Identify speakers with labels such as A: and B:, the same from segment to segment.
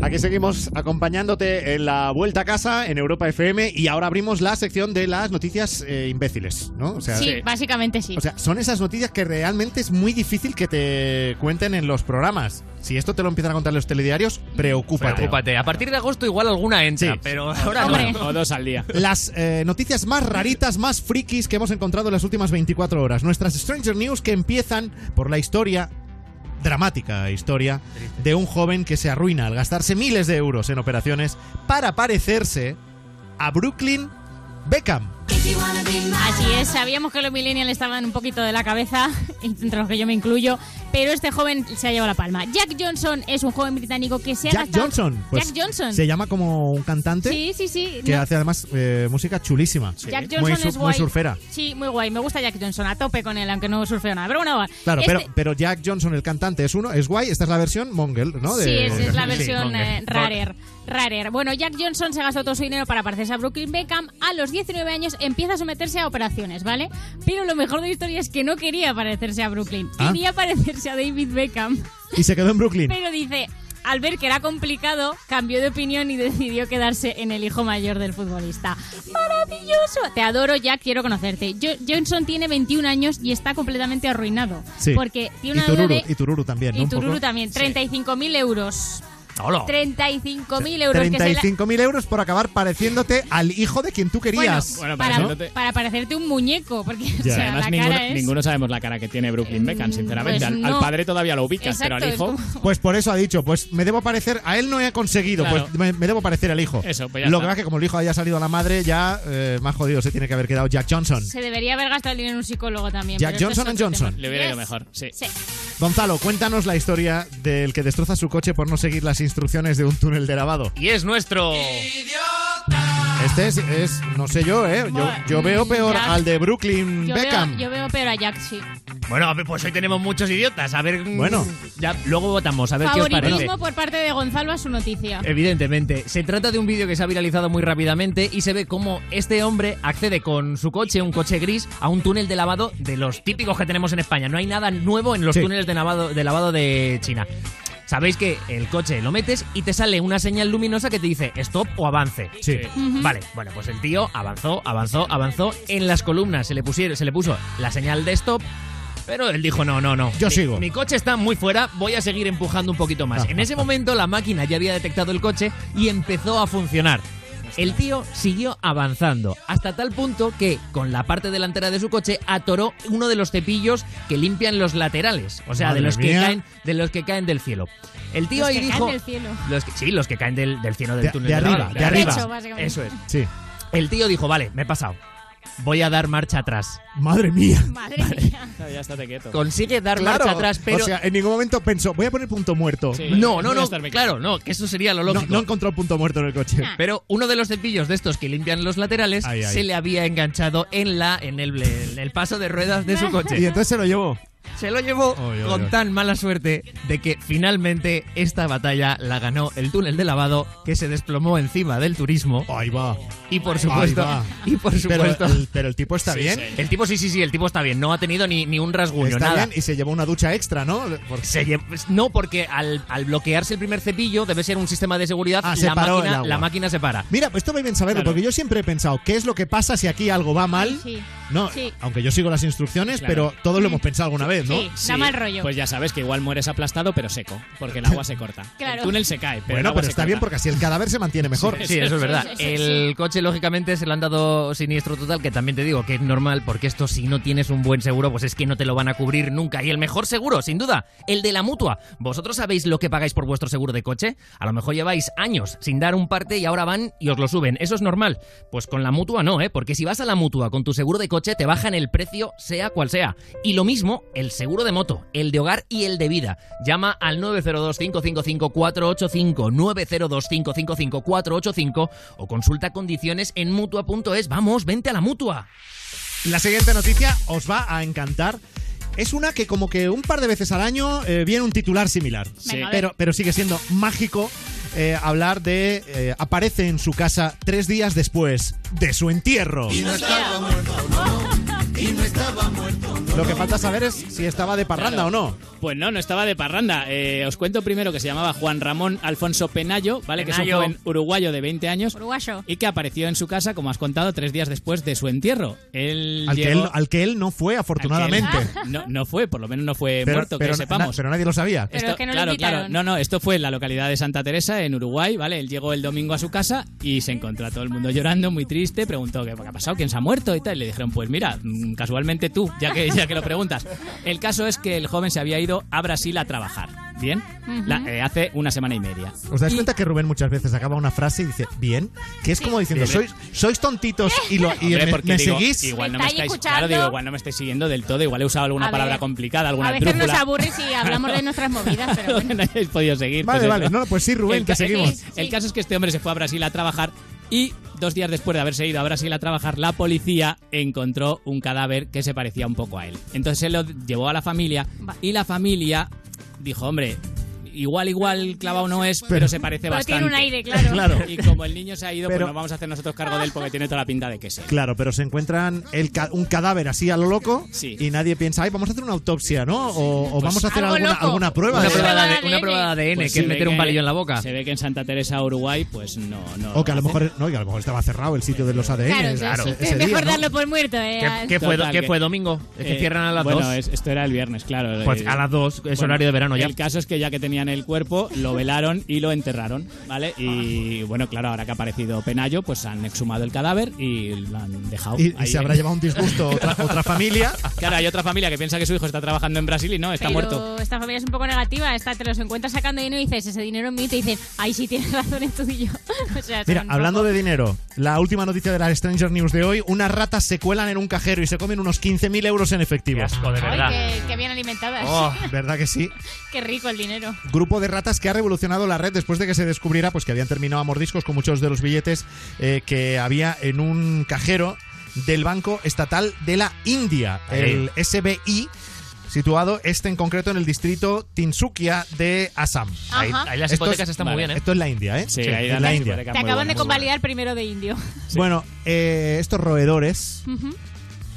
A: Aquí seguimos acompañándote en la vuelta a casa en Europa FM y ahora abrimos la sección de las noticias eh, imbéciles, ¿no? O sea,
B: sí, básicamente sí.
A: o sea, son esas noticias que realmente es muy difícil que te cuenten en los programas. Si esto te lo empiezan a contar los telediarios, preocúpate.
C: Preocúpate. A partir de agosto igual alguna entra,
A: Sí.
C: pero ahora
B: Hombre.
C: no. O dos al día.
A: Las eh, noticias más raritas, más frikis que hemos encontrado en las últimas 24 horas. Nuestras Stranger News que empiezan por la historia, dramática historia, de un joven que se arruina al gastarse miles de euros en operaciones para parecerse a Brooklyn Beckham.
B: Así es, sabíamos que los millennials estaban un poquito de la cabeza, entre los que yo me incluyo, pero este joven se ha llevado la palma. Jack Johnson es un joven británico que se ha
A: Jack
B: gastado-
A: Johnson. pues,
B: Jack Johnson.
A: Se llama como un cantante
B: Sí, sí, sí.
A: que
B: no,
A: hace además eh, música chulísima.
B: Jack Johnson
A: muy, su-
B: es
A: muy
B: guay.
A: surfera.
B: Sí, muy guay. Me gusta Jack Johnson. A tope con él, aunque no surfeo nada. Pero bueno, va.
A: Claro,
B: Este-
A: pero, pero Jack Johnson, el cantante, es uno, es guay. Esta es la versión Mongel, ¿no? De-
B: Sí, esa es la
A: Sí.
B: versión
C: Monger.
B: eh, rarer. Rarer. Bueno, Jack Johnson se gastó todo su dinero para parecerse a Brooklyn Beckham. A los 19 años empieza a someterse a operaciones, ¿vale? Pero lo mejor de la historia es que no quería parecerse a Brooklyn.
A: Ah.
B: Quería parecerse a David Beckham.
A: Y se quedó en Brooklyn.
B: Pero dice, al ver que era complicado, cambió de opinión y decidió quedarse en el hijo mayor del futbolista. ¡Maravilloso! Te adoro, Jack, quiero conocerte. Jo- Johnson tiene 21 años y está completamente arruinado.
A: Sí.
B: Porque tiene
A: y
B: una
A: Tururu,
B: deuda de...
A: y Tururu también, ¿no?
B: Y
A: Un poco.
B: Tururu también, 35.000 euros.
C: Hola.
B: 35.000 euros. que se la-
A: 35.000 euros por acabar pareciéndote al hijo de quien tú querías.
B: Bueno,
D: Bueno,
B: para,
D: pareciéndote-
B: para parecerte un muñeco, porque
A: Ya.
B: o sea,
D: Además,
B: la
D: ninguno,
B: cara es...
D: ninguno sabemos la cara que tiene Brooklyn Beckham, sinceramente.
B: pues
D: Al- al,
B: no.
D: padre todavía lo ubicas,
B: Exacto,
D: pero al
B: es
D: hijo.
B: como-
A: Pues por eso ha dicho, pues me debo parecer, a él no he conseguido,
D: Claro.
A: pues me, me debo parecer al hijo.
D: Eso, pues ya
A: Lo que
D: está.
A: pasa es que como el hijo haya salido a la madre, ya eh, más jodido se tiene que haber quedado Jack Johnson.
B: Se debería haber gastado el dinero en un psicólogo también.
A: Jack
B: pero esto es
A: Johnson and
B: otro
A: Johnson.
B: tema.
D: Le hubiera ido
B: Yes.
D: mejor, sí.
B: Sí.
A: Gonzalo, cuéntanos la historia del que destroza su coche por no seguir las instrucciones de un túnel de lavado.
C: Y es nuestro.
A: Este es, es- no sé yo, ¿eh? Yo, yo veo peor
B: Jack.
A: al de Brooklyn
B: Yo,
A: Beckham.
B: Veo, yo veo peor a Jack, sí.
C: Bueno, a ver, pues hoy tenemos muchos idiotas. A ver. mm,
A: Bueno.
C: Ya, luego votamos, a ver qué os parece. Eh,
B: Favoritismo por parte de Gonzalo a su noticia.
C: Evidentemente, se trata de un vídeo que se ha viralizado muy rápidamente y se ve cómo este hombre accede con su coche, un coche gris, a un túnel de lavado de los típicos que tenemos en España. No hay nada nuevo en los
A: Sí.
C: túneles de lavado, de lavado de China. Sabéis que el coche lo metes y te sale una señal luminosa que te dice stop o avance.
A: Sí.
C: Vale, bueno, pues el tío avanzó, avanzó, avanzó. En las columnas se le, pusieron, se le puso la señal de stop, pero él dijo, no, no, no.
A: Yo
C: Mi-
A: sigo.
C: Mi coche está muy fuera, voy a seguir empujando un poquito más. En ese momento la máquina ya había detectado el coche y empezó a funcionar. El tío siguió avanzando, hasta tal punto que con la parte delantera de su coche atoró uno de los cepillos que limpian los laterales, o sea,
A: Madre
C: de los, que
A: mía.
C: caen, de los que caen del cielo. El tío
B: Los
C: ahí
B: que caen
C: dijo...
B: del cielo.
C: Los que, sí, los que caen del, del cielo del
A: De-
C: túnel.
A: de
C: lavado,
A: arriba, de
C: claro.
A: arriba.
B: Techo, básicamente.
C: Eso es.
A: Sí.
C: El tío dijo, vale, me he pasado. Voy a dar marcha atrás.
A: Madre mía.
B: Madre mía.
D: Claro, Ya estate quieto.
C: Consigue dar marcha atrás, pero...
A: O sea, en ningún momento pensó, voy a poner punto muerto.
D: Sí.
C: no, no,
D: voy a
C: no,
D: estar bien
C: claro, no, que eso sería lo
A: No,
C: lógico.
A: no encontró el punto muerto en el coche.
B: Nah.
C: pero uno de los cepillos de estos que limpian los laterales
A: Ahí, ahí.
C: se le había enganchado en la en el, en el paso de ruedas de su
A: Y
C: coche.
A: entonces se lo llevó.
C: Se lo llevó
A: Oy, oy,
C: con
A: oy.
C: tan mala suerte de que finalmente esta batalla la ganó el túnel de lavado que se desplomó encima del turismo
A: Ahí va.
C: y por supuesto
A: va.
C: y por
A: Pero
C: supuesto
A: el, pero el tipo está
D: Sí,
A: bien.
D: sí.
C: El tipo sí, sí, sí, el tipo está bien, no ha tenido ni, ni un rasguño,
A: Está
C: nada.
A: bien y se llevó una ducha extra, ¿no? Porque-
C: Se lle- pues, No, porque al, al bloquearse el primer cepillo debe ser un sistema de seguridad.
A: Ah,
C: la,
A: se paró el
C: máquina,
A: agua.
C: la máquina se para.
A: Mira, pues esto va bien saberlo,
D: Claro.
A: porque yo siempre he pensado, ¿qué es lo que pasa si aquí algo va mal?
B: Sí.
A: No,
B: Sí.
A: aunque yo sigo las instrucciones,
D: Claro.
A: pero todos lo hemos pensado alguna vez, ¿no?
B: Sí, da mal rollo.
D: Pues ya sabes que igual mueres aplastado, pero seco, porque el agua se corta.
B: Claro.
D: El túnel se cae, pero. el
A: bueno,
D: agua
A: pero
D: se
A: está
D: corta.
A: bien porque así el cadáver se mantiene mejor.
C: Sí, eso es verdad.
B: sí, sí,
C: El coche, lógicamente, se lo han dado siniestro total, que también te digo que es normal, porque esto, si no tienes un buen seguro, pues es que no te lo van a cubrir nunca. Y el mejor seguro, sin duda, el de la mutua. ¿Vosotros sabéis lo que pagáis por vuestro seguro de coche? A lo mejor lleváis años sin dar un parte y ahora van y os lo suben. Eso es normal. Pues con la mutua no, ¿eh? Porque si vas a la mutua con tu seguro de coche, te bajan el precio, sea cual sea. Y lo mismo, el seguro de moto, el de hogar y el de vida. Llama al 902-555-485, 902-555-485 o consulta condiciones en mutua.es. Vamos, vente a la mutua.
A: La siguiente noticia os va a encantar. Es una que como que un par de veces al año eh, viene un titular similar.
B: Venga, a ver.
A: Pero, pero sigue siendo mágico eh, hablar de... eh, aparece en su casa tres días después de su entierro.
B: Hostia.
A: Lo que falta saber es si estaba de parranda
D: Claro.
A: o no.
D: Pues no, no estaba de parranda. Eh, os cuento primero que se llamaba Juan Ramón Alfonso Penayo, ¿vale? Que es
C: Penayo.
D: un joven uruguayo de 20 años
B: Uruguayo.
D: y que apareció en su casa, como has contado, tres días después de su entierro. Él
A: Al que,
D: llegó-
A: él, al que él no fue, afortunadamente.
D: al que él No, no fue, por lo menos no fue muerto,
A: pero
D: que
A: na-
D: sepamos. Eh,
A: pero nadie lo sabía.
B: Pero es que no le
D: claro, claro.
B: invitaron.
D: No, no, esto fue en la localidad de Santa Teresa, en Uruguay, ¿vale? Él llegó el domingo a su casa y se encontró a todo el mundo llorando, muy triste, preguntó qué ha pasado, quién se ha muerto y tal. Y le dijeron, pues mira, mm, casualmente tú, ya que, ya que lo preguntas. El caso es que el joven se había ido a Brasil a trabajar, ¿bien? La- eh, hace una semana y media.
A: ¿Os dais cuenta que Rubén muchas veces acaba una frase y dice, bien? Que es como diciendo, sois, sois tontitos y, lo, y
D: Hombre,
A: me,
D: porque
A: me
D: digo,
A: seguís.
D: Igual no
B: ¿Me
D: me
B: estáis
D: estáis,
B: escuchando?
D: claro, digo, igual no me estáis siguiendo del todo, igual he usado alguna
B: A
D: palabra
B: ver.
D: complicada, alguna
B: A veces
D: trújula.
B: nos aburre si hablamos de nuestras movidas, pero bueno.
D: no hayáis podido seguir.
A: Vale,
D: pues
A: vale.
D: eso.
A: No, pues sí, Rubén,
D: El
A: que
D: ca-
A: seguimos.
B: Sí.
D: El caso es que este hombre se fue a Brasil a trabajar y dos días después de haberse ido a Brasil a trabajar, la policía encontró un cadáver que se parecía un poco a él. Entonces se lo llevó a la familia
B: Vale.
D: y la familia dijo, hombre, igual, igual clavado no es, pero,
A: Pero-
D: se parece
B: Pero
D: bastante.
B: tiene un aire, claro.
D: Y como el niño se ha ido,
A: Pero-
D: pues nos vamos a hacer nosotros cargo de él porque tiene toda la pinta de que es él.
A: Claro, pero se encuentran el ca- un cadáver así a lo loco
D: Sí.
A: y nadie piensa, ay, vamos a hacer una autopsia, ¿no? O, o vamos a hacer
B: algo
A: alguna,
B: loco.
A: alguna prueba.
C: Una
A: de-
C: prueba de
B: Prueba
C: ADN,
B: de
C: una prueba de ADN,
D: Pues
C: que es
D: se ve
C: meter un palillo en la boca.
D: Se ve que en Santa Teresa, Uruguay, pues no. no
A: O que a lo
D: hacen.
A: mejor, no, y a lo mejor estaba cerrado el sitio de los ADN.
B: Claro, sí, sí.
A: ese
B: es mejor
A: día, ¿no?
B: darlo por muerto. eh,
C: ¿Qué,
B: a-
C: qué fue,
D: Total,
C: qué
D: que-
C: fue domingo? Es Ah, que
D: Eh,
C: cierran a las
D: bueno,
C: 2.
D: es- esto era el viernes, claro.
C: Pues
D: eh,
C: a las 2 es
D: bueno,
C: horario de verano ya.
D: El caso es que ya que tenían el cuerpo, lo velaron y lo enterraron, ¿vale? Y bueno, claro, ahora que ha aparecido Penayo, pues han exhumado el cadáver y lo han dejado.
A: Y, y
D: ahí.
A: se habrá llevado un disgusto otra, otra familia.
D: Claro, hay otra familia que piensa que su hijo está trabajando en Brasil y no, está
B: pero
D: muerto.
B: esta familia es un poco negativa. Esta te los encuentras sacando dinero y dices, ese dinero es mío. Y te dicen, ay, sí, tienes razón, es tuyo. O sea,
A: Mira,
B: son
A: hablando
B: un
A: de dinero, la última noticia de la Stranger News de hoy, unas ratas se cuelan en un cajero y se comen unos 15.000 euros en efectivo. Ah,
C: Qué asco, de
B: poco- Ay,
C: verdad.
B: qué, qué bien alimentadas.
C: Oh,
A: ¿Verdad que sí?
B: Qué rico el dinero.
A: Grupo de ratas que ha revolucionado la red después de que se descubriera pues, que habían terminado a mordiscos con muchos de los billetes eh, que había en un cajero del Banco Estatal de la India,
C: Ahí.
A: el SBI, situado este en concreto en el distrito Tinsukia de Assam.
C: ahí,
B: Ajá.
C: ahí las
A: Esto es-
C: hipotecas están muy
D: vale,
C: bien, ¿eh?
A: Esto es la India, ¿eh?
D: Sí,
A: Sí,
D: ahí
A: en
D: dan
A: la
D: las
A: India.
D: hipotecas
B: Te acaban de
D: muy buenas, muy buenas.
B: convalidar primero de indio.
A: Bueno, eh, estos roedores,
B: Ujú.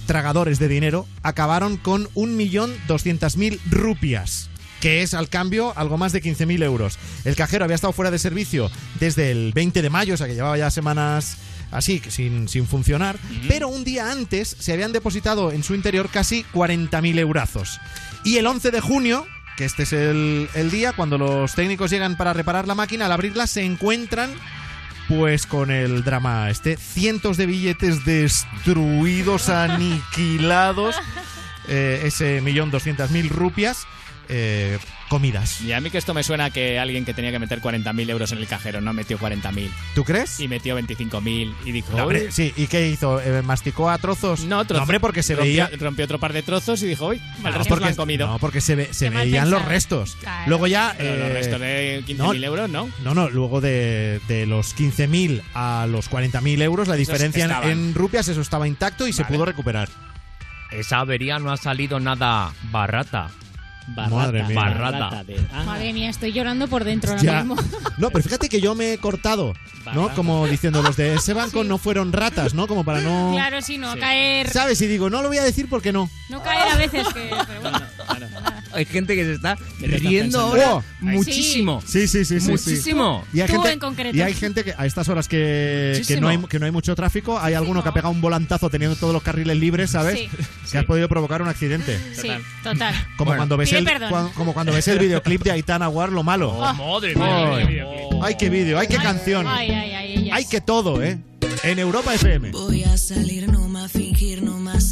A: tragadores de dinero, acabaron con 1.200.000 rupias, que es al cambio algo más de 15.000 euros. El cajero había estado fuera de servicio desde el 20 de mayo, o sea que llevaba ya semanas así, que sin, sin funcionar, pero un día antes se habían depositado en su interior casi 40.000 eurazos. Y el 11 de junio... Que este es el, el día cuando los técnicos llegan para reparar la máquina. Al abrirla se encuentran pues con el drama este, cientos de billetes destruidos, aniquilados, eh, ese millón doscientas mil rupias, eh, comidas.
D: Y a mí que esto me suena a que alguien que tenía que meter 40.000 euros en el cajero no metió 40.000
A: ¿Tú crees?
D: y metió 25.000 y dijo...
A: No,
D: "Uy".
A: hombre, sí, ¿y qué hizo? Eh, ¿Masticó a trozos?
D: No, trozo-
A: hombre, porque se
D: rompió,
A: veía...
D: rompió otro par de trozos y dijo, uy, el resto
A: porque,
D: lo han comido.
A: No, porque se, ve- se
B: Qué mal
A: veían los
B: pensado.
A: restos.
B: Claro.
A: Luego ya...
D: Pero los
A: eh,
D: restos de 15.000
A: no.
D: euros, ¿no?
A: No, no, luego de, de los 15.000 a los 40.000 euros, la diferencia en-
D: estaban.
A: en rupias, eso estaba intacto y se
D: Vale.
A: pudo recuperar.
C: Esa avería no ha salido nada barata.
D: Barrata,
A: Madre mía.
D: barrata de- ah.
B: Madre mía, estoy llorando por dentro ahora
A: Ya.
B: mismo.
A: No, pero fíjate que yo me he cortado, ¿no?
D: Barata.
A: Como diciendo, los de ese banco
B: Sí.
A: no fueron ratas, ¿no? Como para no...
B: Claro, sí, no
D: Sí.
B: caer.
A: ¿Sabes? Y digo, no lo voy a decir porque no.
B: No caer a veces que. Pero bueno.
D: Claro.
C: Hay gente que se está
D: te estás
C: riendo
D: pensando?
C: ahora
A: Oh.
C: muchísimo.
A: Sí, sí, sí,
C: muchísimo.
A: Y hay,
B: Tú
A: gente,
B: en concreto.
A: y hay gente que a estas horas que, que
C: Muchísimo.
A: no hay, que no hay mucho tráfico, hay alguno que ha pegado un volantazo teniendo todos los carriles libres, ¿sabes?
B: Sí.
A: Que ha podido provocar un accidente.
B: Sí, total.
A: Como,
C: Bueno.
A: cuando ves
B: Pide
A: el,
B: perdón.
A: cuan- como cuando ves el videoclip de Aitana War, lo malo.
C: Oh, madre
A: Ay.
C: mía.
A: ¡Ay, qué vídeo! ¡Ay, qué canción!
B: Ay, ay, ay, ay, ay.
A: ¡Ay, qué todo, eh! En Europa FM.
E: Voy a salir, no más fingir, no más